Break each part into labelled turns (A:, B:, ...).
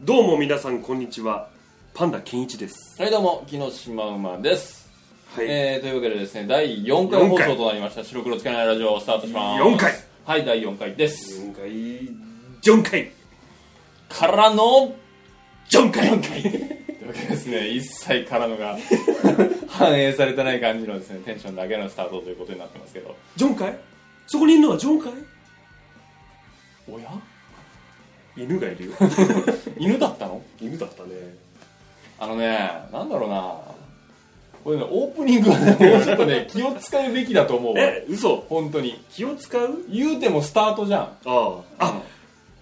A: どうも皆さんこんにちはパンダケンイチです
B: はいどうも木のシマウマです、
A: はい、
B: えー、というわけでですね第4回
A: 四
B: 放
A: 回
B: 送となりました白黒つけないラジオスタートします
A: 四回
B: はい第4回です
A: 4回ジョン回
B: からの
A: ジョン回
B: 4回というわけでですね一切からのが 反映されてない感じのですねテンションだけのスタートということになってますけど
A: ジョン回そこにいるのはジョン回
B: おや
A: 犬がいるよ
B: 犬だったの
A: 犬だったね
B: あのねなんだろうなこれねオープニング はねもうちょっとね気を使うべきだと思うわ
A: え嘘
B: 本当に
A: 気を使う
B: 言うてもスタートじゃん
A: あああ、
B: うん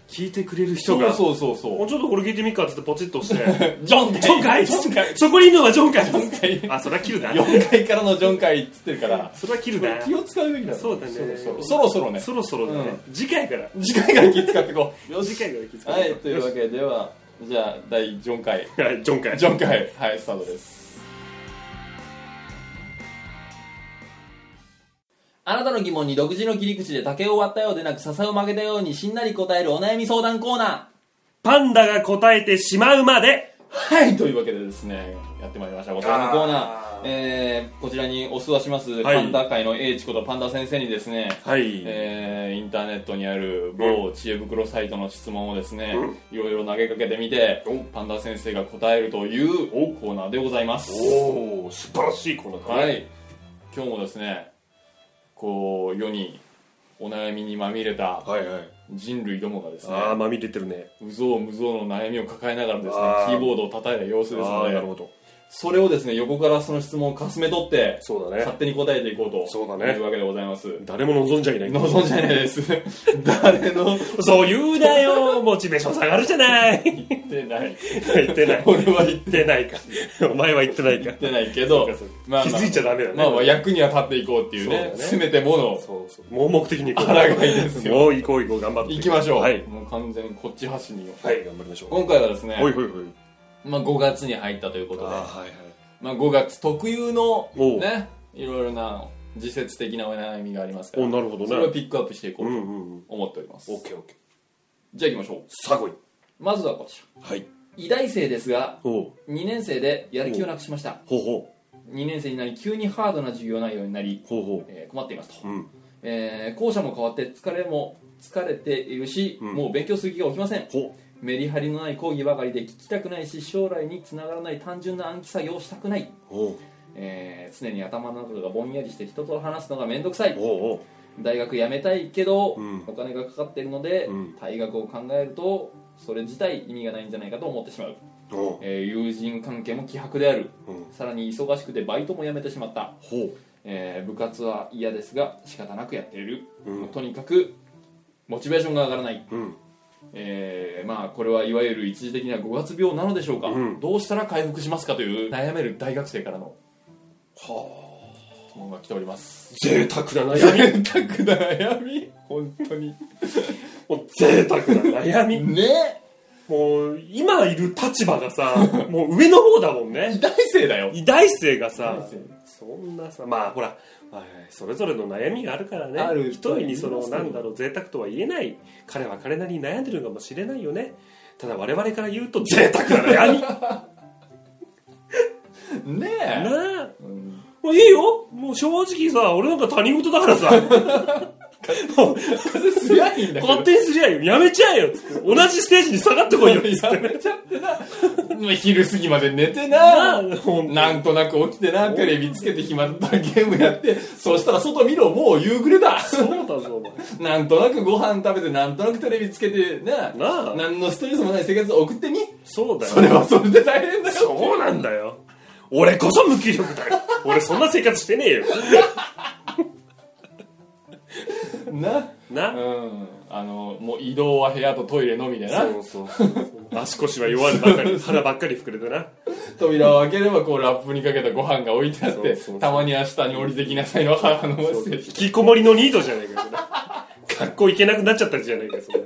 A: 聞いてくれる人が
B: そうそうそ
A: も
B: うそう
A: ちょっとこれ聞いてみっかっつってポチッと押して
B: うジョン
A: ジョン回
B: ジョン回
A: そこにいるのはジョン回
B: 4回
A: あそれは切るな
B: 4回からのジョン回っつってるから
A: それは切るな
B: 気を使うべきだ
A: そうだね
B: そうそろそろね
A: そろそろだね、次回から
B: 次回から気使ってこうよ
A: 次回から気付
B: はいというわけではじゃあ第ジョン回
A: けはいジョン回
B: ジョン回はいスタートですあなたの疑問に独自の切り口で竹を割ったようでなく笹を曲げたようにしんなり答えるお悩み相談コーナ
A: パンダが答えてしまうまで
B: ーはいというわけでですねやってまいりましたこちらのコーナー
A: あー
B: えーこちらにお座します、
A: はい
B: パンダ界の英知ことパンダ先生にですね
A: はい、
B: えーインターネットにある某知恵袋サイトの質問をですね、
A: うん
B: いろいろ投げかけてみて、パンダ先生が答えるというコーナーでございます。
A: おお素晴らしいこの
B: は
A: 回
B: い、今日もですね、こう世にお悩みにまみれた
A: はいはい
B: 人類どもがです
A: ああ
B: ね、
A: まみれてるね
B: 無造無造の悩みを抱えながらですね
A: あー、
B: キーボードを叩いた様子です
A: あ
B: の
A: あなる
B: で、
A: ほど
B: それをですね横からその質問をかすめ取って、
A: そうだね
B: 勝手に答えていこうと
A: そうだね
B: いうわけでございます。
A: 誰も望んじゃいない
B: 望んじゃないです。 誰の
A: そう言うなよモチベーション下がるじゃない
B: 言ってない
A: 言ってない
B: 俺は言っ
A: 言ってないかお前は言ってないか
B: てないけど
A: そうかそうか
B: まあ
A: 気
B: まあ
A: づいちゃダメだね
B: まあまあ役には立っていこうっていう
A: そうだ
B: ね
A: ね
B: せめてものを
A: そうそう盲目的に行こう
B: 抗いですよ
A: もう行こう行こう頑張って
B: いきましょう、
A: はい
B: もう完全にこっち発信に
A: はい頑張りましょう
B: 今回はですね
A: ほいほいほい
B: まあ、5月に入ったということで
A: ああはいはい
B: まあ、5月特有の
A: おう
B: ねいろいろな自説的なお悩みがありますから
A: おなるほ
B: そ
A: ど
B: れを
A: ね
B: ピックアップしていこ
A: う
B: うんと
A: うんうん
B: 思っております、
A: オッケーオッケー
B: じゃあ行きましょう
A: さあ来い
B: まずはこちら
A: はい
B: 医大生ですが
A: おう
B: 2年生でやる気をなくしました
A: ほうほ
B: 2年生になり急にハードな授業内容になり
A: う、ほうほ
B: えー困っていますと
A: ううん
B: えー校舎も変わって疲れも疲れているし、
A: うん
B: もう勉強する気が起きません
A: ほ
B: メリハリのない講義ばかりで聞きたくないし将来につながらない単純な暗記作業をしたくない、
A: おう
B: えー常に頭の中がぼんやりして人と話すのが面倒くさい
A: おうおう
B: 大学辞めたいけど、
A: うん
B: お金がかかっているので、
A: うん
B: 退学を考えるとそれ自体意味がないんじゃないかと思ってしまう、
A: おう
B: えー友人関係も希薄である
A: うん
B: さらに忙しくてバイトも辞めてしまった、
A: ほ
B: えー部活は嫌ですが仕方なくやっている
A: ううん
B: とにかくモチベーションが上がらない、
A: うん
B: えーまあ、これはいわゆる一時的な5月病なのでしょうか、
A: うん
B: どうしたら回復しますかという悩める大学生からの
A: は
B: 質問が来ております
A: あ贅沢な悩み
B: 贅沢な悩み本当に
A: もう贅沢な悩み
B: ね
A: もう今いる立場が さもう上の方だもんね
B: 医大生だよ
A: 医大生がさ
B: 医大
A: そんなさまあほら、まあそれぞれの悩みがあるからね
B: ある
A: 一人にそ
B: あ
A: の
B: ります
A: な
B: よ
A: んだろう贅沢とは言えない彼は彼なりに悩んでるのかもしれないよねただ我々から言うと贅沢な悩 みな
B: ねえ、
A: あ
B: うん
A: もういいよもう正直さ俺なんか他人事だからさもう
B: つらいんだけど
A: 勝手にすりゃいいよやめちゃえよっつって同じステージに下がってこいよっつって
B: やめちゃってな 昼過ぎまで寝て
A: な
B: な
A: あほんと
B: なんとなく起きてなテレビつけて暇だったらゲームやってそしたら外見ろもう夕暮れだ
A: そうだぞお前
B: なんとなくご飯食べてなんとなくテレビつけてね
A: なあ
B: 何のストレスもない生活を送ってみ
A: そうだよ
B: それはそれで大変だよ
A: そうなんだよ俺こそ無気力だよ俺そんな生活してねえよ
B: なう
A: なん
B: あのもう移動は部屋とトイレのみでな
A: そうそうそう足腰は弱るばっかり腹ばっかり膨れてな
B: 扉を開ければこうラップにかけたご飯が置いてあっ
A: そう
B: て
A: そうそう
B: たまに明日に降りてきなさいの母のメッセ
A: 引
B: ージ
A: きこもりのニートじゃないかよそれ学校行けなくなっちゃったじゃないかよそれ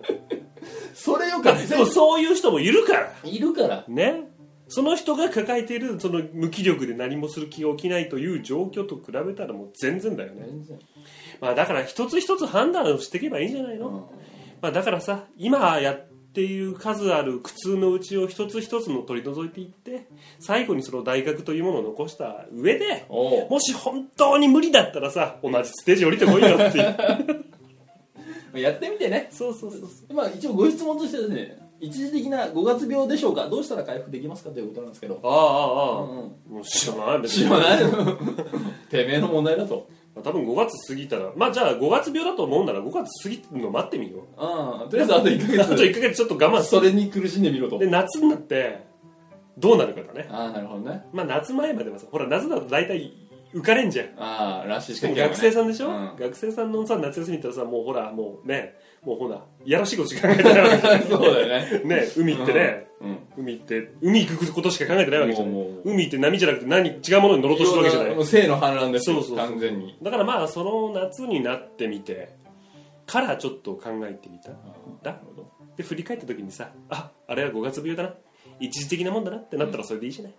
B: それよかっ
A: でもそういう人もいるから
B: いるから
A: ねその人が抱えているその無気力で何もする気が起きないという状況と比べたらもう全然だよね
B: 全然
A: まあだから一つ一つ判断をしていけばいいんじゃないの、まあだからさ今やってっていう数ある苦痛のうちを一つ一つの取り除いていって最後にその大学というものを残した上で
B: おう
A: もし本当に無理だったらさ同じステージ降りてこいよっていう
B: やってみてね
A: そうそうそうそう
B: まあ一応ご質問としてですね一時的な5月病でしょうかどうしたら回復できますかということなんですけど
A: ああああああ、
B: うんうん
A: もう知らない別
B: 知らない てめえの問題だと
A: 多分5月過ぎたらまあじゃあ5月病だと思うなら5月過ぎるの待ってみよう
B: うんとりあえずあと1
A: あ
B: ヶ
A: と
B: 月
A: 1ヶ月ちょっと我慢し
B: それに苦しんでみろと
A: てで夏になってどうなるかだね
B: ああなるほどね
A: まあ夏前まではさほら夏だと大体浮かれんじゃん
B: ああらしいし
A: しか
B: か
A: も学生
B: ん
A: さんでしょ、
B: うん
A: 学生さんのさ夏休みったらさもうほらもうねもうほらいやらしいことしか考えてないわ
B: そうだよね
A: け ね海行ってね、
B: うん
A: 海行って海行くことしか考えてないわけじゃない
B: もうもう
A: 海行って波じゃなくて何違うものに乗ろうとしてるわけじゃない
B: もう性の反乱ですよ
A: そうそうそう
B: 完全に
A: だからまあその夏になってみてからちょっと考えてみた
B: なるほど
A: で振り返った時にさああれは5月病だな一時的なもんだなってなったらそれでいいじゃない、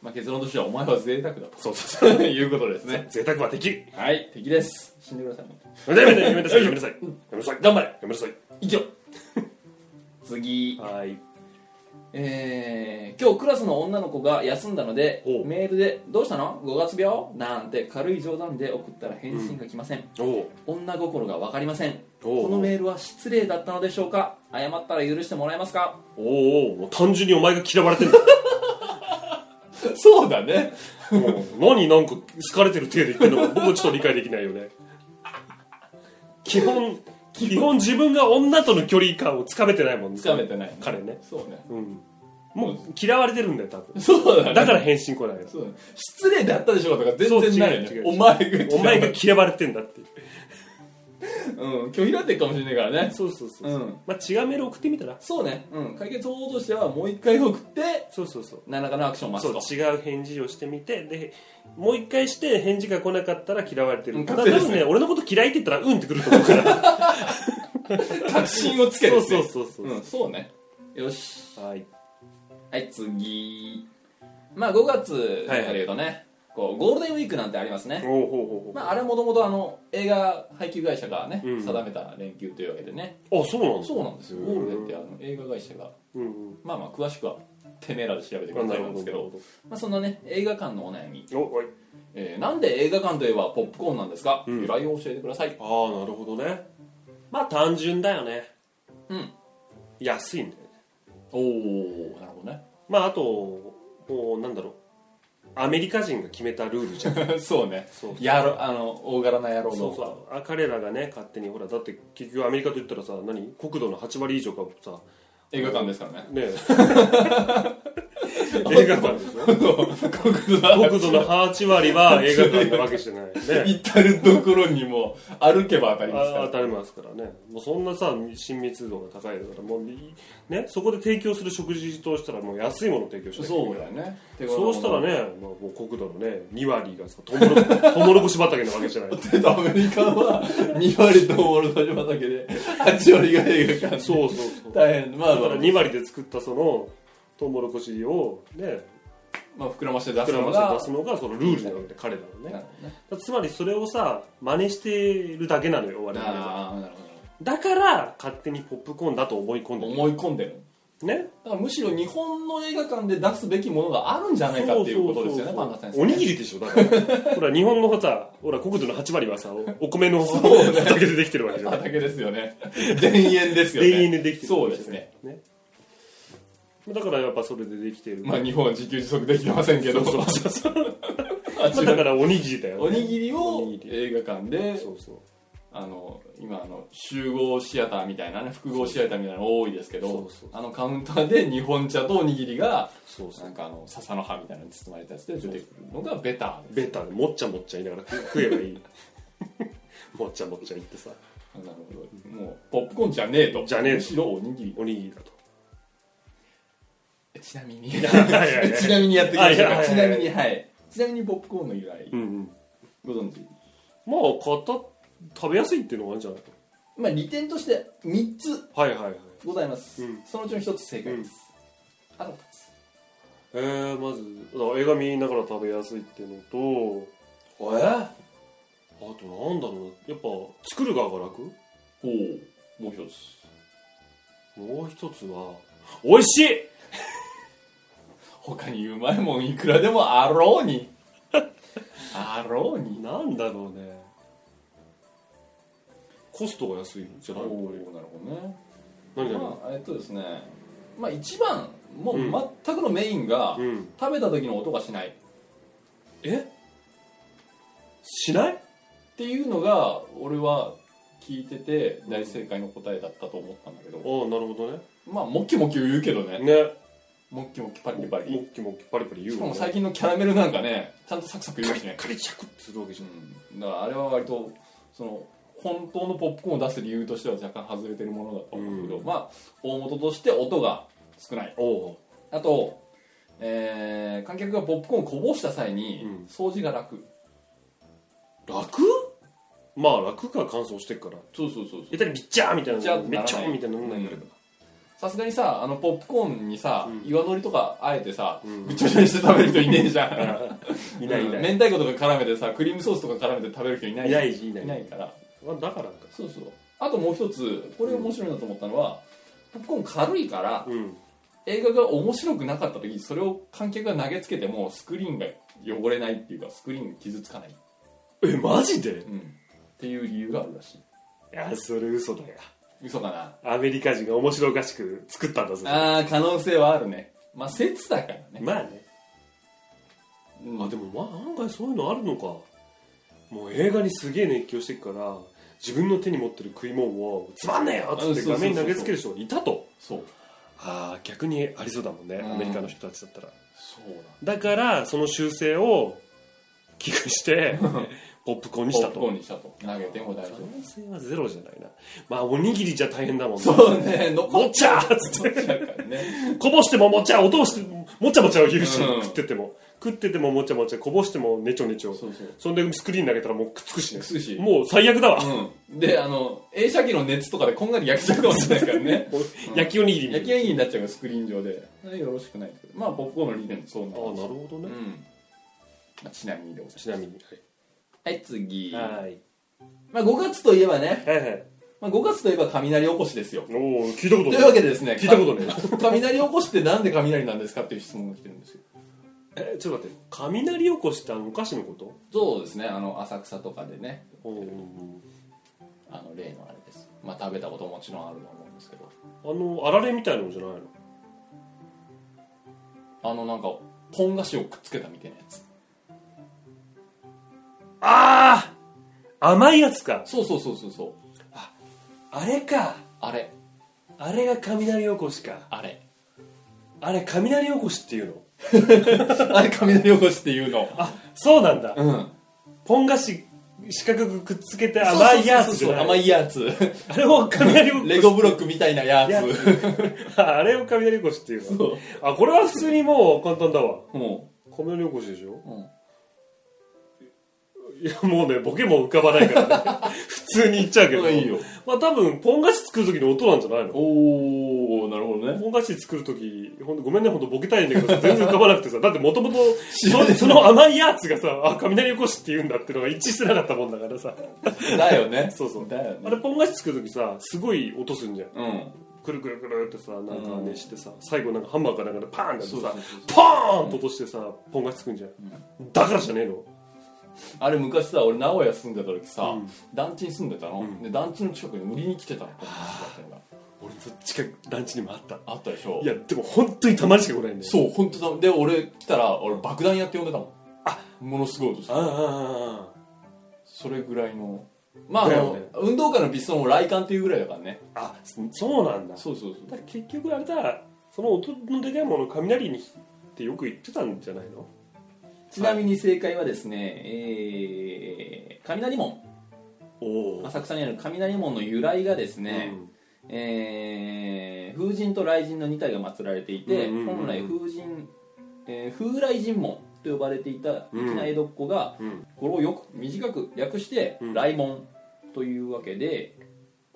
B: まあ結論としてはお前は贅沢だと
A: そうそうそう
B: いうことですね
A: 贅沢はできる
B: はい敵です死んでください
A: やめてやめてやめなさいやめなさい
B: 頑張れ
A: やめなさい
B: 生きろ次
A: はい
B: えー、今日クラスの女の子が休んだので
A: おう
B: メールで「どうしたの ?5 月病?」なんて軽い冗談で送ったら返信が来ません、
A: おお
B: 女心が分かりません
A: おう
B: このメールは失礼だったのでしょうか謝ったら許してもらえますか
A: おうおうもう単純にお前が嫌われ てるも
B: そうだね
A: う何なんか好かれてる体で言ってる のか僕はちょっと理解できないよね基本基本自分が女との距離感をつかめてないもんね
B: つかめてない
A: 彼ね
B: そうね
A: うんもう嫌われてるんだよ多分
B: そうだ
A: だ
B: ね
A: から返信来ないの
B: そうだね失礼だったでしょうとか全然ないよ
A: そう違う
B: ね
A: 違う
B: お前が
A: お前が嫌われてんだっていう
B: うん拒否だってるかもしれないからね
A: そうそうそうう、
B: ん
A: まあ、違うメール送ってみたら
B: そうね、うん、解決方法としてはもう一回送って
A: そうそうそう
B: 何らかのアクションを待つと
A: そう違う返事をしてみてでもう一回して返事が来なかったら嫌われて
B: う
A: る
B: ん
A: ただ
B: 確定
A: 多
B: です
A: 分
B: ね
A: ね俺のこと嫌いって言ったらうんってくると思う から
B: 確信をつける
A: そ
B: で
A: う
B: すね
A: そうそうそう、
B: うん、そうねよし
A: はい
B: はい次まあ5月
A: はい
B: あれ言うとね、こうゴールデンウィークなんてあります
A: お
B: ね、
A: うほうほう
B: まあ、あれもともとあの映画配給会社がね、
A: うん
B: 定めた連休というわけでね
A: ほうあそうなんです
B: そうなんですよ
A: うん
B: ゴールデンってあの映画会社が
A: うんうん
B: まあまあ詳しくはてめえらで調べて
A: あ
B: くだ
A: な
B: さい
A: る
B: なん
A: ほ
B: です
A: ど
B: け
A: なる
B: ど
A: ほ
B: まあ、そんなね映画館のお悩み、
A: どおはい
B: えーなんで映画館といえばポップコーンなんですか、
A: うん
B: 由来を教えてください
A: ああなるほどねまあ単純だよね
B: うん
A: 安いんだよね
B: おおなるほどね
A: まああともうなんだろうアメリカ人が決めたルールじゃん
B: そうね
A: そう
B: やろあの大柄な野郎の
A: そうそうあ彼らがね勝手にほらだって結局アメリカと言ったらさ何国土の8割以上がさ
B: 映画館ですからね
A: ねえ映画館でしょ
B: 国土だ
A: 国土の8割は映画館なわけじゃないね
B: 至る所にも歩けば当たりますか
A: あ
B: ら
A: 当たりますからねもうそんなさ親密度が高いからもういねそこで提供する食事としたらもう安いものを提供して
B: そうだよね
A: そうしたらね、まあ、もう国土のね2割がさトウモロトウモロコ シ畑なわけじゃない
B: 手とアメリカは2割とモルド島だけで8割が映画館
A: そうそうそうだか
B: 大変まあまあ
A: ら2割で作ったそのトウモロコシをね
B: まあ膨らまして出
A: 膨
B: す
A: ら
B: の
A: ませて
B: が
A: 出すのがそのルールなわけで彼らのね
B: な
A: だ
B: る
A: か
B: ほどね
A: らつまりそれをさ真似してるだけなのよ我々は
B: ああなるほ
A: だから勝手にポップコーンだと思い込ん
B: ど
A: で
B: 思い込んでる
A: るね
B: だからむしろ日本の映画館で出すべきものがあるんじゃないかっていうことですよねパンダ先生
A: おにぎりでしょだ からほら日本のさほら国土の8割はさお米の畑でできてるわけじゃない
B: 畑ですよ ね田園ですよね
A: 田園でできてる
B: そ
A: わけ
B: うで
A: じ
B: す
A: ゃない
B: ね
A: ねだからやっぱそれでできてる
B: まあ日本は自給自足できてませんけど
A: そうそうそうそうまあだからおにぎりだよ
B: おに
A: ね
B: ぎり
A: お
B: を
A: にぎ
B: 映画館で
A: そうそう
B: あの今あの集合シアターみたいなね複合シアターみたいなの多いですけ
A: そう
B: ど
A: そうそう
B: あのカウンターで日本茶とおにぎりが
A: そうそう
B: なんかあの笹の葉みたいなのに包まれたやつで出てくるのがベター
A: ベタでもっちゃもっちゃ言いながら食えば いいもっちゃもっちゃ言ってさ
B: なるほどもうポップコーンじゃねえと
A: じゃねえと
B: むしろおにぎり
A: おにぎりだと
B: ちなみに ち
A: いやいやいや
B: なみにやってきました
A: あい
B: か
A: や
B: ち
A: いや
B: ない
A: や
B: みにはいちなみにポップコーンの由来
A: うんうん
B: ご存知
A: まあ型食べやすいっていうのがあるんじゃない
B: まあ利点として3つ
A: はいはいはい
B: ございます
A: うん
B: そのうちの1つ正解ですあと2つ
A: えー、まずだから映画見ながら食べやすいっていうのと
B: え
A: あとなんだろうやっぱ作る側が楽
B: おおもう一つ
A: もう一つは美味しい
B: 他にうまいもんいくらでもあろうに あろうに
A: なんだろうねコストが安いんじゃないのこれ
B: なるほどね
A: 何々、
B: まあ、えっとですねまあ一番も
A: うん
B: う全くのメインが、
A: うん
B: 食べた時の音がしないっ
A: えしない
B: ていうのが俺は聞いてて大正解の答えだったと思ったんだけど、
A: ああなるほどね
B: まあもっきもっき言うけどね
A: ね
B: もっきもっきパリパリ
A: もっきもっきパリパリ言う
B: しかも
A: ね
B: 最近のキャラメルなんかねちゃんとサクサク言うしね
A: カリチャクってするわけじゃん
B: うんだからあれは割とその本当のポップコーンを出す理由としては若干外れてるものだと思うけど、
A: うん
B: まあ大元として音が少ない
A: おお
B: あと、えー観客がポップコーンをこぼした際に
A: うん
B: 掃除が楽、
A: 楽まあ楽か乾燥してっから
B: そうそうそうそう
A: えたりビッチャーみたい
B: ビッチャ
A: なの
B: ーっ
A: め
B: てなら
A: っ
B: ない
A: ちゃーみたいなのなんだけど
B: さすがにさあのポップコーンにさ、
A: うん
B: 岩のりとかあえてさ、
A: うん
B: ぐちゃぐちゃにして食べる人いねえじゃ ん
A: いないいな
B: うん
A: い
B: 明太子とか絡めてさクリームソースとか絡めて食べる人いない
A: い
B: じゃ
A: なんいいない
B: いないから
A: まあだからか
B: そうそうあともう一つこれ面白いなと思ったのは、ポップコーン軽いから
A: うん
B: 映画が面白くなかった時それを観客が投げつけてもスクリーンが汚れないっていうかスクリーン傷つかない、
A: えマジで
B: うんっていう理由があるらしい
A: いやそれ嘘だよ
B: 嘘かな
A: アメリカ人が面白おかしく作ったんだぞ
B: あー可能性はあるねまあ説だからね、
A: まあね
B: うん
A: あでもまあ案外そういうのあるのかもう映画にすげえ熱狂してっから自分の手に持ってる食い物をつまんねえよっつって
B: うんそうそうそうそう
A: 画面に投げつける人がいたと
B: そう
A: ああ逆にありそうだもんね
B: うん
A: アメリカの人たちだったら
B: そうだ
A: だからその修正を危惧してポップコーンにした
B: ポップコー
A: と
B: ンにしたと投げても大丈
A: 可
B: 夫
A: 能性はゼロじゃないなまあおにぎりじゃ大変だもんね
B: そうね残
A: も
B: っ
A: っちゃーっつっ
B: ちゃうからね
A: てこぼしてももっちゃー落としてももちゃもちゃを言うし、
B: うん
A: 食ってても食っててももちゃもちゃこぼしてもねちょねちょ
B: そうそう
A: そんでスクリーン投げたらもうくっつくしね
B: くっつくし
A: もう最悪だわ、
B: うんであの映写機の熱とかでこんがり焼けちゃうかもしれないからねうん
A: 焼きおにぎりみたい
B: 焼
A: な
B: き上げになっちゃうからスクリーン上でよろしくないけどまあポップコーンの理念そうなん
A: ああなるほど
B: う
A: ね、
B: んまあちなみにでございます
A: ちなみに
B: はい次、
A: はいはい
B: まあ、5月といえばね、
A: はいはい
B: まあ、5月といえば雷起こしですよ
A: おお聞いたことと
B: いう
A: ない
B: わけでですね
A: 聞いたことない
B: か 雷起こしってなんで雷なんですかっていう質問が来てるんですよ
A: えちょっと待って雷起こしってあのお菓子のこと
B: そうですねあの浅草とかでね
A: おー
B: あの例のあれですまあ食べたことももちろんあると思うんですけど
A: あのあられみたいなのじゃないの
B: あのなんかポン菓子をくっつけたみたいなやつ
A: ああ甘いやつか
B: そうそうそうそうそう
A: あれか
B: あれ
A: あれが雷起こしか
B: あれ
A: あれ雷起こしっていうの
B: あれ雷起こしっていうの
A: あそうなんだ
B: うん
A: ポン菓子四角くくっつけて甘いやつじゃ
B: そうそうそう そう
A: ない
B: 甘いやつ
A: あれを雷起こし
B: レゴブロックみたいなや
A: や
B: つ
A: ああれを雷おこしっていうの
B: そ
A: あこれは普通にもう簡単だわ
B: うも
A: 雷おこしでしょ
B: う、うん、
A: いやもうねボケも浮かばないからね 普通に言っちゃうけど
B: いいよ
A: まあ多分ポン菓子作る時の音なんじゃないの
B: おおなるほどね
A: ポン菓子作る時ほんとごめんねほんとボケたいんだけど 全然浮かばなくてさだってもともとそその甘いやつがさあ雷おこしって言うんだってのが一致してなかったもんだからさ
B: だよね
A: そうそう
B: だよ
A: あ
B: ね
A: れポン菓子作る時さすごい音すんじゃん
B: うん
A: くるくるくるってさなんかねしてさ最後なんかハンマーかなんかでパーンって
B: そうそう
A: さ
B: そう
A: ポーンと落としてさポン菓子つくんじゃん、だからじゃねえの
B: あれ昔さ俺名古屋住んでた時さ、
A: うん
B: 団地に住んでたの、
A: ん
B: で団地の近くに売りに来てたの
A: 俺と近く団地にもあった
B: あったでしょ
A: いやでも本当にたまにしか来ないんだよ
B: そう本当だで俺来たら俺爆弾やって呼んでたもんあものすごい音し
A: あ
B: て
A: ああ
B: それぐらいのまああ
A: だ
B: の、
A: よね
B: 運動会のピストンも来館っていうぐらいだからね
A: あああそそうなんだだか
B: そうそうそう
A: ら結局あれだその音のでかいものを雷にってよく言ってたんじゃないの
B: ちなみに正解はですね、えー、雷門
A: お
B: 浅草にある雷門の由来がですね、えー風神と雷神の2体が祀られていて、
A: うんうんうん
B: 本来風神、えー風雷神門と呼ばれていた粋な江戸っ子が、
A: うん、うん、
B: これをよく短く略して
A: うん
B: 雷門というわけで、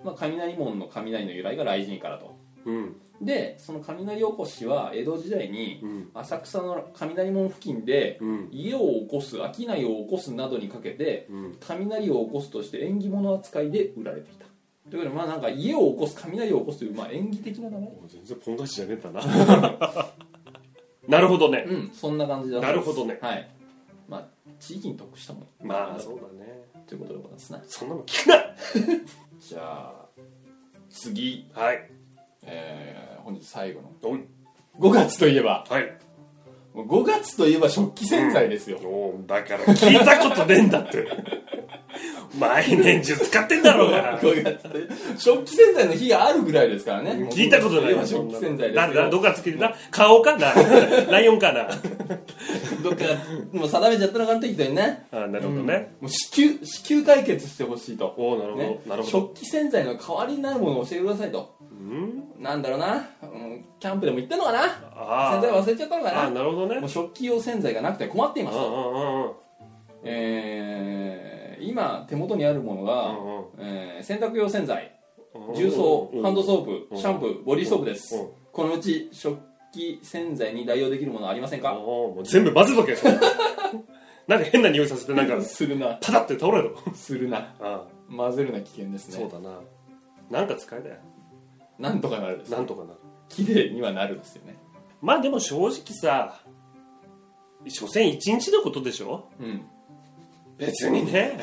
B: まあ、雷門の雷の由来が雷神からと
A: うん
B: でその雷起こしは江戸時代に
A: うん
B: 浅草の雷門付近で
A: うん
B: 家を起こす商いを起こすなどにかけて
A: うん
B: 雷を起こすとして縁起物扱いで売られていたということでまあなんか家を起こす雷を起こすという、まあ、演技的な流れ
A: もう全然ポン菓子じゃねえんだな なるほどね
B: うんそんな感じだそうです
A: なるほどね
B: はいまあ地域に得したもん
A: まあそうだね
B: ということでございますね
A: そんなの聞くな
B: じゃあ次、
A: はい
B: えー、本日最後の
A: おい
B: 5月といえば
A: はい
B: もう5月といえば食器洗剤ですよ、
A: おうだから聞いたことねえんだって 毎年中使ってんだろうが
B: 5月といえば食器洗剤の日があるぐらいですからね
A: 聞いたことないよ
B: もう5月とえば食器洗剤です
A: 誰
B: よ
A: だどっかつけてな顔か なライオンかな
B: どっかもう定めちゃったのかな適当にね
A: あなるほどね、
B: もう支給支給解決してほしいと、
A: おおなるほど、
B: ね
A: なる、ほど
B: 食器洗剤の代わりになるものを教えてくださいと
A: うん
B: なんだろうな、うん、キャンプでも行ったのかな
A: あ
B: 洗剤
A: ー
B: 忘れちゃったのか
A: あー
B: な
A: なるほど
B: もう
A: ね
B: 食器用洗剤がなくて困ってい
A: うん
B: ます
A: う
B: と、
A: んうんうん
B: えー、今手元にあるものが、
A: うんうん
B: えー洗濯用洗剤
A: うん
B: 重曹
A: うん
B: ハンドソープ
A: うん
B: シャンプーボディーソープです
A: うん
B: このうち食器洗剤に代用できるものはありませんか
A: おーもう全部混ぜとけ よなんか変な匂いさせてなんか
B: するな
A: パタって倒れろ
B: するな
A: ああ
B: 混ぜるな危険です
A: そう
B: ね
A: だななんか使えだよ
B: なんとかなるです
A: なんとかな
B: 綺麗にはなるですよね
A: まあでも正直さ所詮一日のことでしょ
B: うん
A: 別にね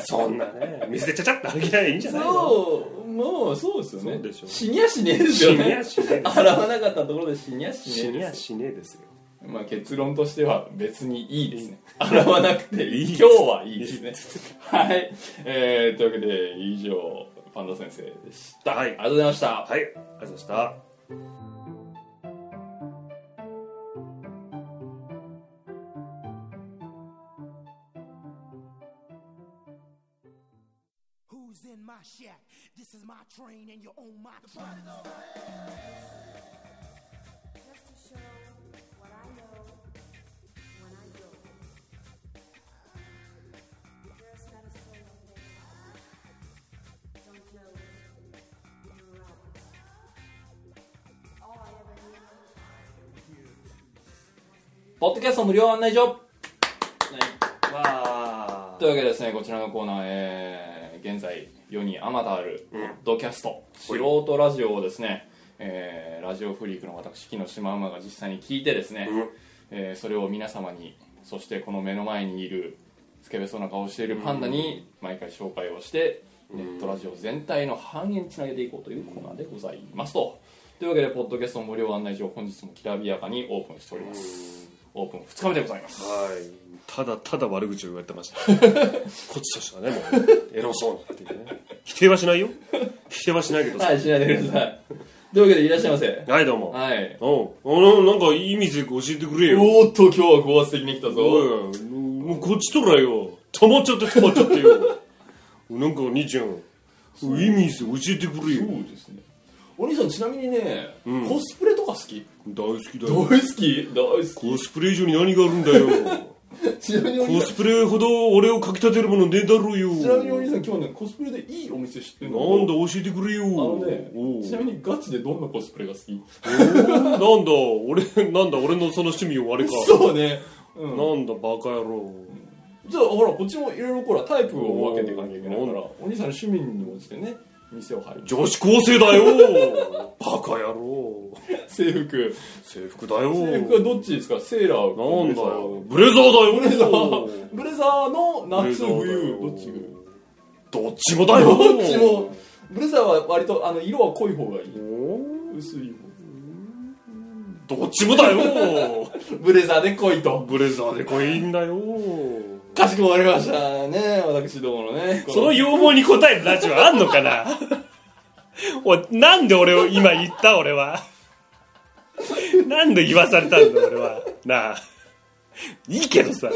A: そんなね水でちゃちゃって歩きゃいいんじゃないの
B: そうもうそうですよね
A: そうでしょ
B: 死にゃしねえです
A: 死
B: よ
A: に
B: ね
A: やしねえです
B: 洗わなかったところで死にゃ し
A: 死
B: ねえ
A: に
B: で
A: や
B: す
A: しねえですよ
B: まあ結論としては別にいいですね 洗わなくていい今日はいいですねはい、えー、というわけで以上パンダ先生でした
A: はい
B: ありがとうございました
A: はいありがとうございました
C: just to show what I know when I go. There's not a soul out there. Don't know it. You're right. All I ever knew
B: ポッドキャスト無料案内所、はい、
A: わあ
B: というわけでですねこちらのコーナー、えー、現在世にあまたあるポッドキャスト、素人ラジオをですね、えー、ラジオフリークの私木の島馬が実際に聞いてですね、
A: うん
B: えーそれを皆様にそしてこの目の前にいるスケベそうな顔をしているパンダに毎回紹介をしてネットラジオ全体の反映につなげていこうというコーナーでございますとというわけでポッドキャスト無料案内所本日もきらびやかにオープンしておりますオープン2日目でございます
A: はいただただ悪口を言われてま したこっちとしてはねもうエロそうなっていうね否定はしないよ否定はしないけどさ
B: はいしないでくださいというわけでいらっしゃいませ
A: はいどうも
B: はい
A: おうなんかいい店教えてくれよ
B: おーっと今日は高圧的に来た
A: お
B: ぞ
A: いもうこっちとらよ止まっちゃって止まっちゃってよ なんかお兄ちゃんいい店教えてくれよ
B: ですねお兄さんちなみにね、
A: うん
B: コスプレとか好き
A: 大好きだ
B: 大
A: よ
B: 好き大好
A: コスプレ以上に何があるんだ よ
B: きちなみにお
A: コ
B: 兄さん
A: スプレほど俺をかきたてるものねえだろうよ
B: ちなみにお兄さん今日ねコスプレでいいお店知ってるの
A: なんだ教えてくれよ
B: あのね
A: おう
B: ちなみにガチでどんなコスプレが好き
A: なんだ俺なんだ俺のその趣味をあれか
B: そうね、う、
A: なんんだバカ野郎
B: じゃあほらこっちもいろいろほらタイプを分けていかなきゃいけないから
A: お
B: お兄さんの趣味に応じてね店を入る
A: 女子高生だよバカ野郎
B: 制服
A: 制服だよ
B: 制服はどっちですかセーラー
A: なんだよブレザーだよ
B: ブレ ザーブレザーの
A: ブレ
B: 夏
A: ザーだ
B: 冬
A: よ
B: どっちが
A: どっちもだよ
B: どっちもブレザーは割とあの色は濃い方がいい
A: お
B: 薄い
A: どっちもだよ
B: 方ブレザーで濃いと
A: ブレザーでこいいんだよ
B: かしこまりましたね私どものねこ
A: その要望に応えるラジオあんのかな おいなんで俺を今言った俺はなんで言わされたんだ俺はなあいいけどさ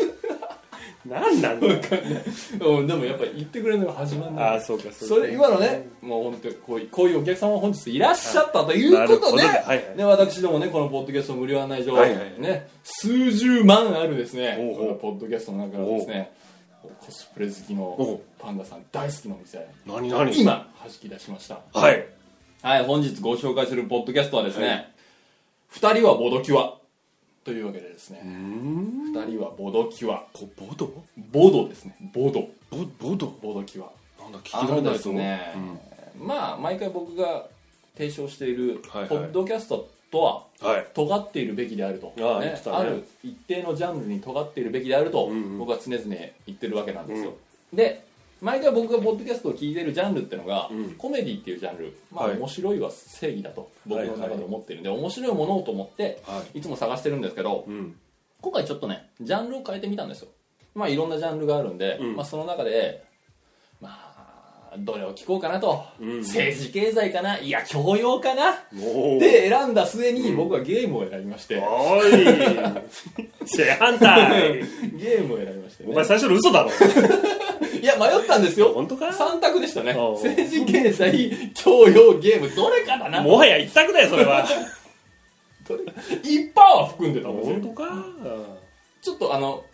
A: なんなんだよ
B: うんでもやっぱ言ってくれるのが始まん
A: あ
B: な
A: あ
B: い
A: そうか
B: そ
A: か
B: れ今のねもう本当にこういうこういうお客様が本日いらっしゃったということで、
A: なるほどはいはい
B: ね、私どもねこのポッドキャスト無料案内所、
A: はいはい
B: ね、数十万あるですね
A: おうおう
B: このポッドキャストの中からですねコスプレ好き
A: おう
B: のパンダさん大好きなお店
A: 何何
B: 今はじき出しました
A: はい
B: はい本日ご紹介するポッドキャストはですね「二人はボドキュア」というわけでですね「二人はボドキュア
A: こボド」
B: ボドですねボド
A: ボボド
B: ボドキュア
A: なんなんだ聞き
B: あ
A: 慣
B: の
A: れな
B: で
A: いと
B: す
A: 思う、
B: ね、まあ毎回僕が提唱しているポ
A: はいはい
B: ッドキャストとは
A: うん、はい
B: 尖っているべきであると、
A: ああ言っ
B: ね
A: てたね
B: ある一定のジャンルに尖っているべきであると、
A: うんうん
B: 僕は常々言ってるわけなんですよ、で毎回僕がポッドキャストを聞いてるジャンルってのが、
A: うん
B: コメディっていうジャンル、まあ
A: はい
B: 面白いは正義だと僕の中で思ってるんで、面白いものをと思って
A: はい
B: つも探してるんですけど、
A: うん
B: 今回ちょっとねジャンルを変えてみたんですよまあいろんなジャンルがあるんで、
A: うん
B: まあ、その中でまあどれを聞こうかなと、
A: うん
B: 政治経済かないや教養かな
A: おー
B: で選んだ末に僕はゲームを選びまして、
D: おい 正反対
B: ゲームを選びまして、
D: お
B: ね、
D: 前最初の嘘だろ
B: いや迷ったんですよ
D: 本当か
B: 3択でしたね
D: おう
B: 政治経済教養ゲームどれかだな
D: もはや一択だよそれは
B: 一般は含んでたんです
D: 本
B: よ
D: 当か
B: ちょっとあの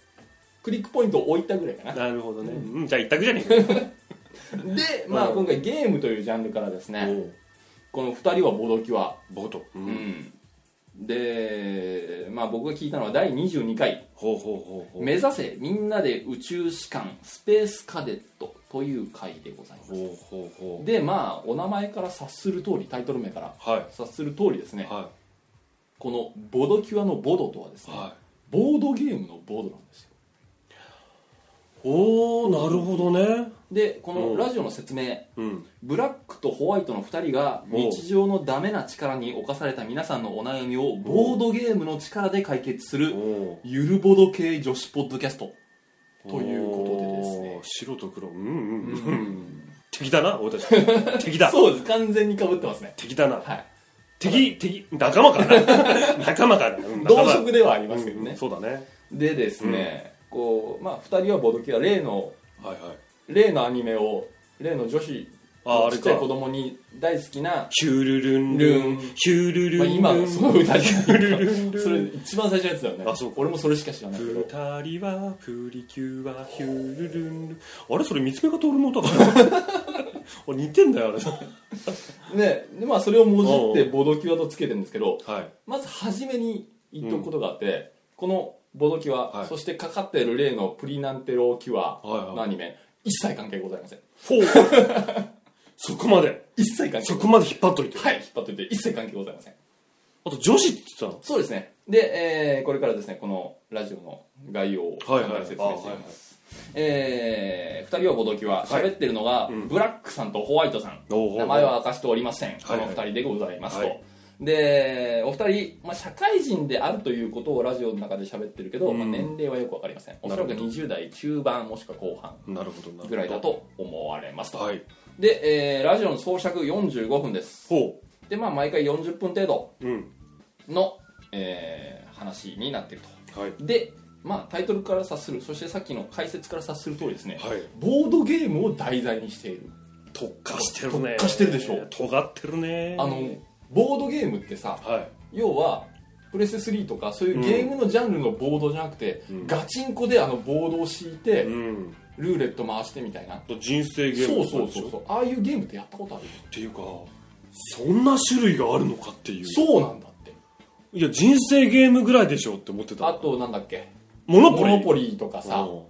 B: クリックポイントを置いたぐらいかな
D: なるほどね、うん、じゃあ一択じゃねえか
B: でまあ
D: うん
B: 今回ゲームというジャンルからです
A: お
B: ね
A: ー
B: この2人はボドキは
A: ボート、う
B: うんんでまあ僕が聞いたのは第22回
A: ほうほうほう
B: 「
A: ほう
B: 目指せみんなで宇宙士官スペースカデット」という回でございます
A: ほうほうほう
B: でまあお名前から察する通りタイトル名から
A: はい
B: 察する通りですね、
A: は
B: このボドキュアのボドとはです
A: い
B: ね、
A: はい
B: ボードゲームのボードなんですよ
A: おおなるほどね
B: でこ
A: う
B: の
A: ん
B: ラジオの説明、
A: うん
B: ブラックとホワイトの2人が日常のダメな力に侵された皆さんのお悩みをボードゲームの力で解決す
A: お
B: る
A: お
B: ゆるボド系女子ポッドキャスト
A: ー
B: ということでですね
A: 白と黒うんうんうん、敵だな俺たち敵だ
B: そうです完全にかぶってますね
A: 敵だな
B: はい
A: 敵敵仲間かな 仲間かなうん仲
B: 同
A: 間
B: 色ではありますけど
A: うんう
B: ね
A: ん、、そうだね
B: でですね、こうまあ2人はボードキュア例の
A: はいはい
B: 例のアニメを例の女子
A: あーあ
B: の
A: れ
B: ち
A: か
B: っちゃい子供に大好きな、
A: ヒュルルン
B: ルン
A: ヒュルルン
B: まあ、今その歌じゃない
A: ルルンルン
B: それ一番最初のやつだよね
A: あそうか
B: 俺もそれしか知らないけ
A: 二
B: ど
A: 人はプリキュアヒュルルンルンあれそれ見つけが通るの歌かな あ似てんだよあれ
B: ねでまあそれをもじっ
A: お
B: てボドキュアとつけてるんですけど
A: はい
B: まず初めに言っとくことがあって、このボドキュア、
A: はい
B: そしてかかっている例のプリナンテロキュ
A: は
B: ア
A: いはい
B: のアニメ、一切関係ございません
A: ほう そこまで
B: 一切関係
A: そこまで引っ張っといて
B: はい引っ張っていて一切関係ございません
A: あと女子って言って
B: そうですねで、えーこれからですねこのラジオの概要を
A: たの
B: 簡単に説明していきますえー、2人はボドキュア
A: い
B: 喋ってるのが、
A: ん
B: ブラックさんとホワイトさん
A: おうおうおう
B: 名前は明かしておりません、
A: はいはい
B: この2人でございますと、
A: はい
B: でお二人、まあ、社会人であるということをラジオの中で喋ってるけど、
A: うん
B: まあ、年齢はよくわかりませんおそらく20代中盤もしくは後半
A: なるほどなるほど
B: ぐらいだと思われますと、
A: はい
B: で、えーラジオの装着45分です
A: ほ
B: でまあ毎回40分程度
A: ううん
B: の、えー話になっていると
A: はい
B: でまあタイトルから察するそしてさっきの解説から察する通りですね、
A: はい
B: ボードゲームを題材にしている
A: 特化してるね
B: 特化してるでしょ
A: 尖ってるね
B: あのボードゲームってさ
A: はい
B: 要はプレステ3とかそういうゲームのジャンルのボードじゃなくて、
A: うん
B: ガチンコであのボードを敷いて、
A: うん
B: ルーレット回してみたいな、
A: 人生ゲー
B: そう
A: ム
B: そうそうそうああいうゲームってやったことある
A: っていうかそんな種類があるのかっていう
B: そうなんだって
A: いや人生ゲームぐらいでしょって思ってた
B: あとなんだっけ
A: モノポ
B: モ
A: リ
B: ノポリとかさ
A: うん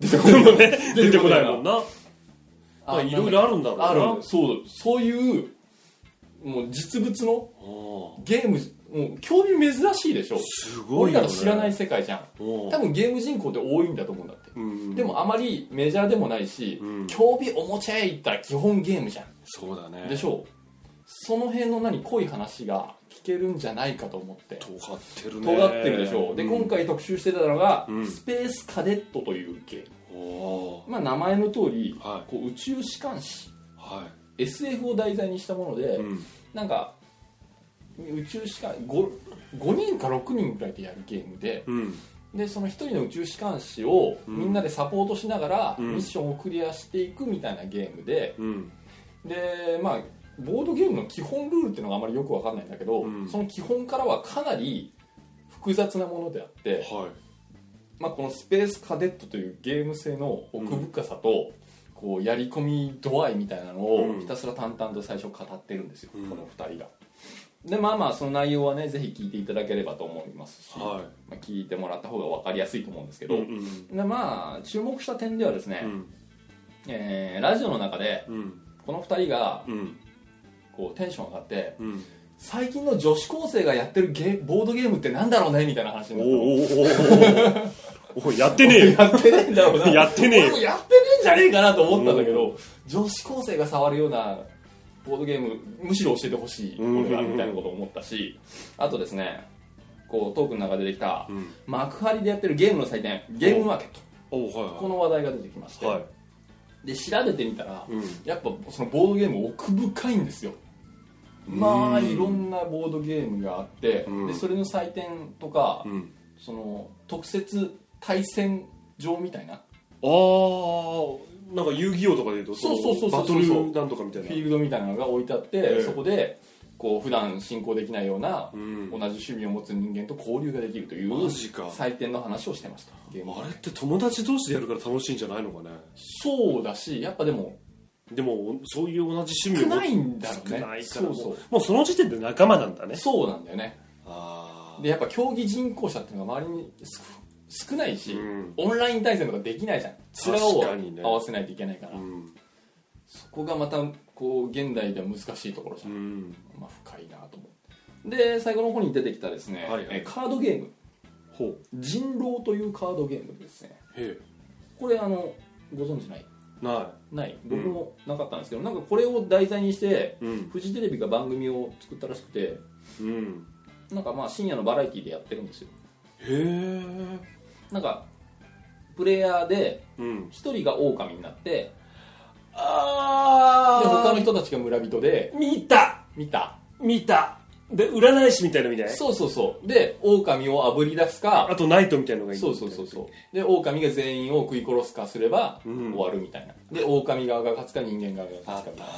B: 出てこない
A: 出てこないもんな
B: あ
A: まあいろいろあるんだろうな
B: あるそうそういうもう実物の
A: うん
B: ゲームもう興味珍しいでしょ
A: すご
B: 俺
A: いよ
B: ら
A: ね
B: が知らない世界じゃん
A: うん
B: 多分ゲーム人口って多いんだと思うんだって
A: うん
B: でもあまりメジャーでもないし、
A: うん
B: 競技おもちゃ屋行ったら基本ゲームじゃん、
A: そうだね
B: でしょうその辺の何濃い話が聞けるんじゃないかと思って
A: 尖ってるね
B: 尖ってるでしょう、で今回特集してたのが、
A: うん
B: スペースカデットというゲー
A: お
B: ム、
A: お
B: まあ、名前の通り、
A: は
B: こう宇宙士官士
A: いは
B: SF を題材にしたもので、
A: いうん
B: なんか宇宙士官 5, 5人か6人くらいでやるゲームで、
A: うん
B: でその一人の宇宙士官士を
A: うん
B: みんなでサポートしながら
A: うん
B: ミッションをクリアしていくみたいなゲームで
A: うん
B: でまあボードゲームの基本ルールっていうのがあまりよくわかんないんだけど、
A: うん
B: その基本からはかなり複雑なものであって、
A: は
B: まあ、このスペースカデットというゲーム性の奥深さと、こうやり込み度合いみたいなの
A: う
B: を
A: ん
B: ひたすら淡々と最初語ってるんですよ、
A: うん
B: この2人が。でまあまあその内容はねぜひ聞いていただければと思いますし、
A: いは
B: まあ、聞いてもらった方が分かりやすいと思うんですけ
A: い
B: ど、
A: ん
B: でまあ注目した点ではです
A: う
B: ね、
A: ん
B: えーラジオの中で
A: うん
B: この2人が
A: うん
B: こうテンション上がって
A: うん
B: 最近の女子高生がやってるゲーボードゲームってなんだろうねみたいな話に
A: お
B: な
A: ー
B: ったの
A: おーおーおーおーやってねえよ
B: やってねえんだろうな
A: やってねえ
B: 俺
A: よ
B: もやってねえんじゃねえかなと思ったんだけど女子高生が触るようなボードゲームむしろ教えてほしい
A: うん
B: 俺はみたいなことを思ったしあとですねこうトークの中で出てきた
A: うん
B: 幕張でやってるゲームの祭典ゲームマーケット
A: おー
B: こ
A: は
B: の話題が出てきまし
A: い
B: て、
A: はいはい
B: で調べてみたら、
A: うん
B: やっぱそのボードゲーム奥深いんですよまあ
A: うん
B: いろんなボードゲームがあって、
A: うん
B: でそれの祭典とか、
A: うん
B: その特設対戦場みたいな
A: ああなんか遊戯王とかでいうと
B: そうそうそうそう
A: バトルなんとかみたい
B: フ
A: な
B: ィールドみたいなのが置いてあって、
A: ええ
B: そこでこう普段進行できないような、
A: うん
B: 同じ趣味を持つ人間と交流ができるという
A: マジか
B: 祭典の話をしてましたゲーム
A: あれって友達同士でやるから楽しいんじゃないのかね
B: そうだしやっぱでも
A: でもそういう同じ趣味
B: 少
A: を持つ
B: ないんだろうね
A: 少ないか
B: そう
A: らもう
B: そう
A: もうその時点で仲間なんだね
B: そうなんだよね
A: あ
B: でやっぱ競技人口者っていうのが周りにす少ないし、
A: うん
B: オンライン対戦とかできないじゃん面を
A: 確かにね
B: 合わせないといけないから、
A: うん
B: そこがまたこう現代では難しいところじゃ、
A: うんん
B: まあ、深いなと思ってで最後の方に出てきたですね、
A: はいはい
B: えカードゲーム
A: ほう
B: 人狼というカードゲームですね
A: へ
B: これあのご存知ない
A: えな
B: ない僕もなかったんですけど、なんかこれを題材にして
A: いうん
B: フジテレビが番組を作ったらしくて
A: うん
B: なんかまあ深夜のバラエティでやってるんですよ
A: へえ
B: なんかプレイヤーで
A: うん
B: 一人が狼になってで
A: あ
B: 他の人たちが村人で
A: 見た
B: 見た
A: 見たで占い師みたいなのみたい
B: そうそうそうで狼をあぶり出す
A: あ
B: か
A: とナイトみたいなのがいい
B: そうそうそうそうで狼が全員を食い殺すかすれば
A: うん
B: 終わるみたいな、で狼側が勝つか人間側が勝つかみたいな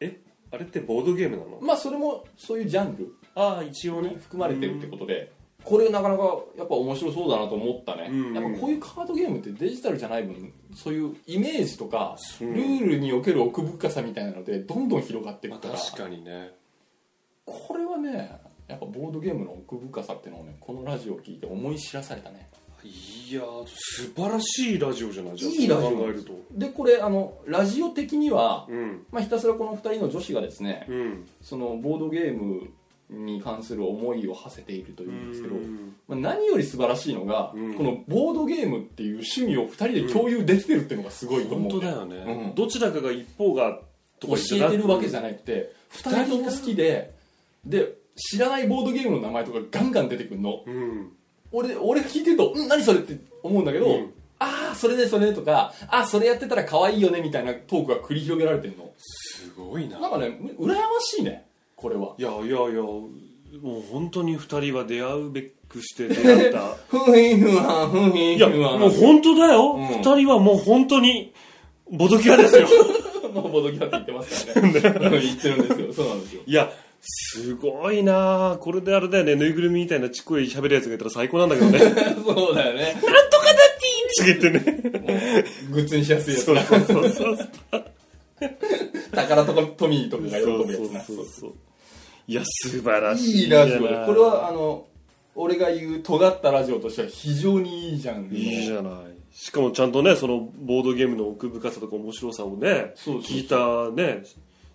A: えあれってボードゲームなの
B: まあそれもそういうジャンル
A: ああ一応
B: に
A: ね
B: 含まれてるってことでこれなかなかやっぱ面白そうだなと思ったね、
A: うん
B: やっぱこういうカードゲームってデジタルじゃない分そういうイメージとか
A: う
B: ルールにおける奥深さみたいなのでどんどん広がってい
A: ま
B: く
A: あ
B: から
A: 確かにね
B: これはねやっぱボードゲームの奥深さっていうのをねこのラジオを聞いて思い知らされたね
A: いやー素晴らしいラジオじゃないじゃん
B: いいラジ
A: そ
B: オ
A: う考えると
B: でこれあのラジオ的には、
A: うん
B: まあ、ひたすらこの2人の女子がですね
A: うん
B: そのボードゲームに関する思いを馳せているというんですけど、
A: うん
B: まあ、何より素晴らしいのが、
A: うん
B: このボードゲームっていう趣味を2人で共有できてるっていうのがすごいと思
A: 本
B: う、
A: 当だよね、
B: うん
A: どちらかが一方がと
B: 教
A: かじゃ
B: え
A: な
B: て
A: く
B: るわけじゃなくて2人とも好きでで知らないボードゲームの名前とかガンガン出てくるの
A: うん
B: 俺俺が聞いてると「うん何それ?」って思うんだけど
A: う
B: 「
A: ん
B: ああそれねそれね」とか「ああそれやってたら可愛いよね」みたいなトークが繰り広げられてるの
A: すごいな
B: なんかねむ羨ましいねこれはい
A: やいやいやもう本当に二人は出会うべくして出会った
B: ふんひんふんはんふんひん
A: い
B: ふ
A: や
B: んはん
A: もう本当だよ
B: うん
A: 二、人はもう本当にボドキャですよ
B: もうボドキャって言ってますか らね言ってるんですよそうなんですよ
A: いやすごいなあこれであれだよねぬいぐるみみたいなちっこい喋るやつがいたら最高なんだけどね
B: そうだよ ね
A: つけてね
B: グッズにしやすいやつ
A: そう
B: な
A: そうそうそう
B: 宝とかトミーとかが喜
A: そう
B: ぶや
A: そう
B: つな
A: そうそういや素晴らしい
B: いいラジオ
A: じゃな
B: でこれはあの俺が言う尖ったラジオとしては非常にいいじゃん
A: いいじゃないしかもちゃんとねそのボードゲームの奥深さとか面白さをね
B: そうそうそう
A: 聞いたね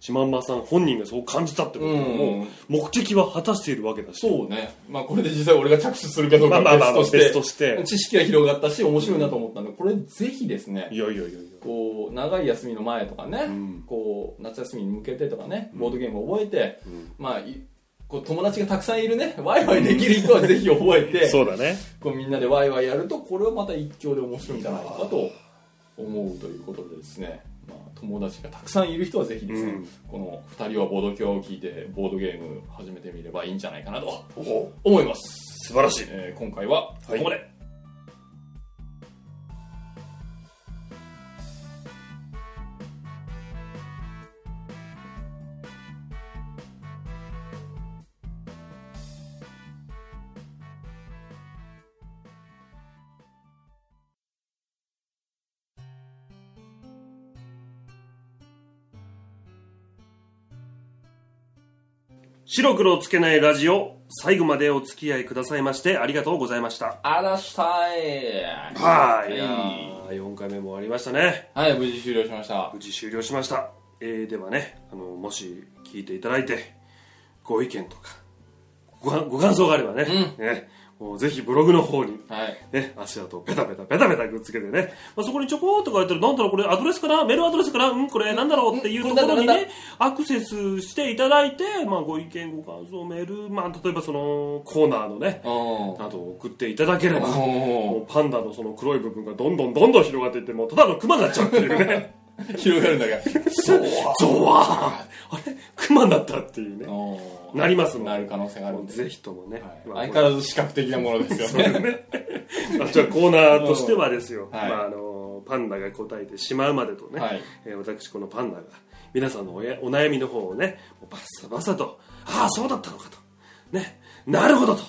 A: シマンマさん本人がそう感じたってことは
B: うん
A: もう目的は果たしているわけだし
B: そうね、まあ、これで実際俺が着手するかどうか
A: まあまあまあまあ
B: は
A: 別として
B: 知識が広がったし面白いなと思ったんでこれぜひですね
A: いやいやいやいや
B: こう長い休みの前とかね、
A: ん
B: こう夏休みに向けてとかねボードゲームを覚えて、まあいこう友達がたくさんいるねワイワイできる人はぜひ覚えて、
A: そうだね
B: こうみんなでワイワイやるとこれはまた一興で面白いんじゃないかと思うということでですね、まあ、友達がたくさんいる人はぜひですね、
A: うん
B: この2人はボード教を聞いてボードゲーム始めてみればいいんじゃないかなと思います。
A: 素晴らしい
B: えー今回はここまで、
A: 白黒つけないラジオ最後までお付き合いくださいましてありがとうございました
B: あらしたい
A: はい
B: いやー
A: あ4回目も終わりましたね
B: はい無事終了しました
A: 無事終了しました、えーではねあのもし聞いていただいてご意見とかごかんご感想があればね,、ねもうぜひブログの方に
B: はい
A: ね、足跡をペタペタペタペタくっつけてね、まあ、そこにちょこっと書いてるなんだろうこれアドレスかなメールアドレスかなうんこれなんだろうっていうところに
B: うんなんだなん
A: ねアクセスしていただいて、まあ、ご意見ご感想メール、まあ、例えばそのコーナーのね
B: おー
A: などを送っていただければ
B: お
A: もうパンダのその黒い部分がどんどんどんどん広がっていってもうただのクマになっちゃうっていう ね
B: ー広がるんだがそう
A: ゾワーあれクマになったっていうね
B: おー
A: なりますので
B: なる可能性がある
A: も
B: ん
A: う
B: で
A: ぜひともね、
B: はい
A: まあ
B: 相変わらず視覚的なものですよね
A: あじゃあコーナーとしてはですよ、
B: はい
A: まあ、あのパンダが答えてしまうまでとね、
B: はい
A: えー私このパンダが皆さんのおやお悩みの方をねもうバッサバサとああそうだったのかとねなるほどと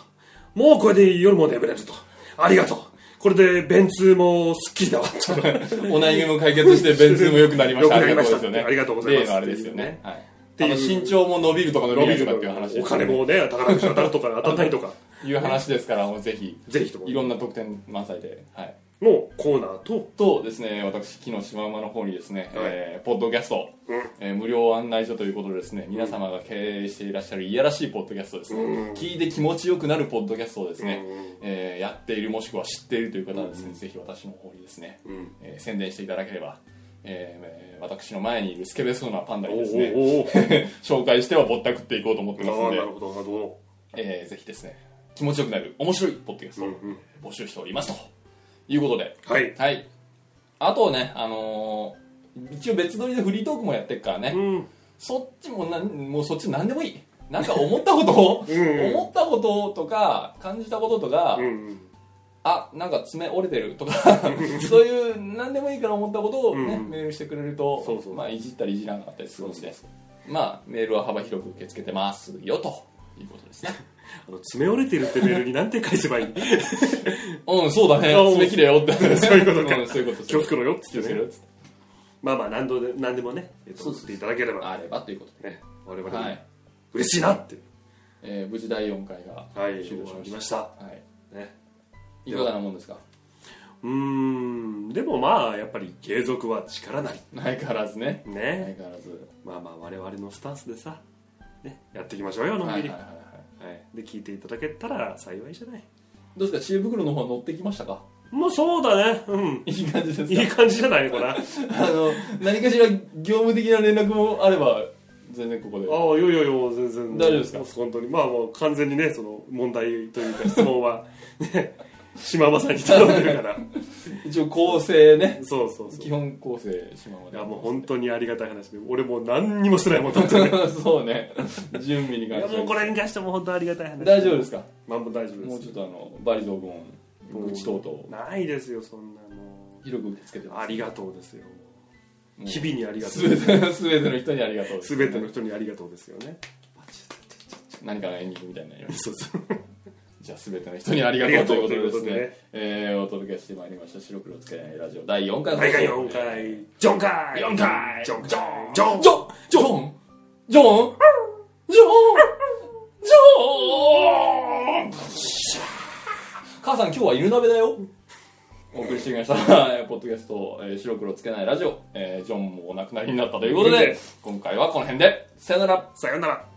A: もうこれで夜も眠れるとありがとうこれで便通もすっきりだわとっ
B: お悩みも解決して便通も良くなりました
A: 良くなりました
B: あ
A: あ
B: り
A: り
B: が
A: がと
B: と
A: うご
B: うござ
A: ざ
B: い
A: い
B: ま
A: ます
B: す例のあれですよねはい
A: て
B: あ
A: いう
B: の身長も伸びるとか伸びないとかっていう話です
A: お
B: よね
A: 金もね宝くじ当たるとか当たらない とか
B: いう話ですからもうぜひ
A: ぜひとも
B: いろんな特典満載ではい
A: のコーナーと
B: とですね私木のシマウマの方にですね、えーポッドキャスト、えー無料案内所ということでですね皆様が経営していらっしゃるいやらしいポッドキャストですね、聞いて気持ちよくなるポッドキャストをですね、えーやっているもしくは知っているという方はですね、ぜひ私の方にですね、えー宣伝していただければ、えーえー私の前にいるスケベそうなパンダにですね
A: おうおうおう
B: 紹介してはぼったくっていこうと思ってます
A: あ
B: の
A: あ
B: で
A: なるほどなるほ
B: えーぜひですね気持ちよくなる面白いポッドキャストを募集しておりますということで、
A: どはい
B: はいあとねあのー一応別撮りでフリートークもやってるからね、
A: うん
B: そっちもなんもうそっち何でもいいなんか思ったこ とを
A: ん
B: 思ったこととか感じたこととか、
A: うん
B: あなんか爪折れてるとかそういう何でもいいから思ったことを、ね
A: うん
B: メールしてくれると
A: そうそう
B: まあ、いじったりいじらなかったりするのでまあメールは幅広く受け付けてますよというこ とですね
A: あの爪折れてるってメールに何て返せばいい
B: うん、そうだね。
A: あうん
B: 爪切れよって。
A: そういうことか
B: んそういうこと
A: 気をつけろよっつ
B: 気
A: っ
B: をつ
A: て
B: け
A: ね
B: ろよっつって
A: まあまあ何度で何でもね、えっ
B: そ
A: と、
B: うそう
A: 送っていただければ、
B: あればということ
A: ね、我
B: で。
A: 々
B: は
A: も
B: い。
A: 嬉しいなって、
B: えー無事第4回が
A: はい、
B: 終了しま
A: りま
B: し
A: した、
B: た。はい。
A: ね、
B: いかがなもんですか
A: うーんでもまあやっぱり継続は力なり
B: 相変わらずね。
A: ね、
B: 相変わらず。
A: まあまあ我々のスタンスでさ、ね、やっていきましょうよのん
B: はい
A: び
B: はい
A: り、は
B: はいはい
A: で聞いていただけたら幸いじゃない
B: い。どうですか知恵袋の方乗ってきまし たか
A: もうそうだねうん
B: いい感じです
A: いい
B: か
A: 感じじゃないのかなあ
B: あの、何かしら業務的な連絡もあれば、全然ここで。
A: あいやいやいやもう全然
B: 大丈夫ですか
A: もう本当にまあもう完全にねその問題というか質問は ね島間さんに頼んでるから
B: 一応構成ね。
A: そうそうそう
B: 基本構成しまうま
A: い
B: で。
A: やもう本当にありがたい話で俺もう何にもしてないもんだってね
B: そうね。準備に
A: い
B: 関
A: や
B: して。
A: もうこれに関しても本当ありがたい話
B: 大丈夫ですか
A: まあもう大丈夫
B: もう
A: です
B: ちょっとあのバリ雑言愚痴等々
A: ないですよそんなも
B: 広く受け付けて
A: う
B: ます
A: ありがとうですよ
B: もう
A: 日々にありがと
B: 全
A: う
B: て全ての人にありがとうです
A: 全ての人にありがとうですよね
B: 何かのエンディングみたいになりました
A: そうそう
B: じゃあ全ての人にありがとうということでです
A: ありがとう
B: ね
A: ということでね
B: えーお届けしてまいりました白黒つけないラジオ第4回
A: 大会4回ジョン回
B: 4回
A: ジョン
B: ジ
A: ジ
B: ョ
A: ョ
B: ン
A: ンジョン
B: ジョンジョンジョンジョンジョン母さん今日は犬鍋だよお送りしてきましたポッドキャスト、えー白黒つけないラジオ、えージョンもお亡くなりになったということ
A: という
B: で
A: こ
B: 今回はこの辺でさよなら
A: さよなら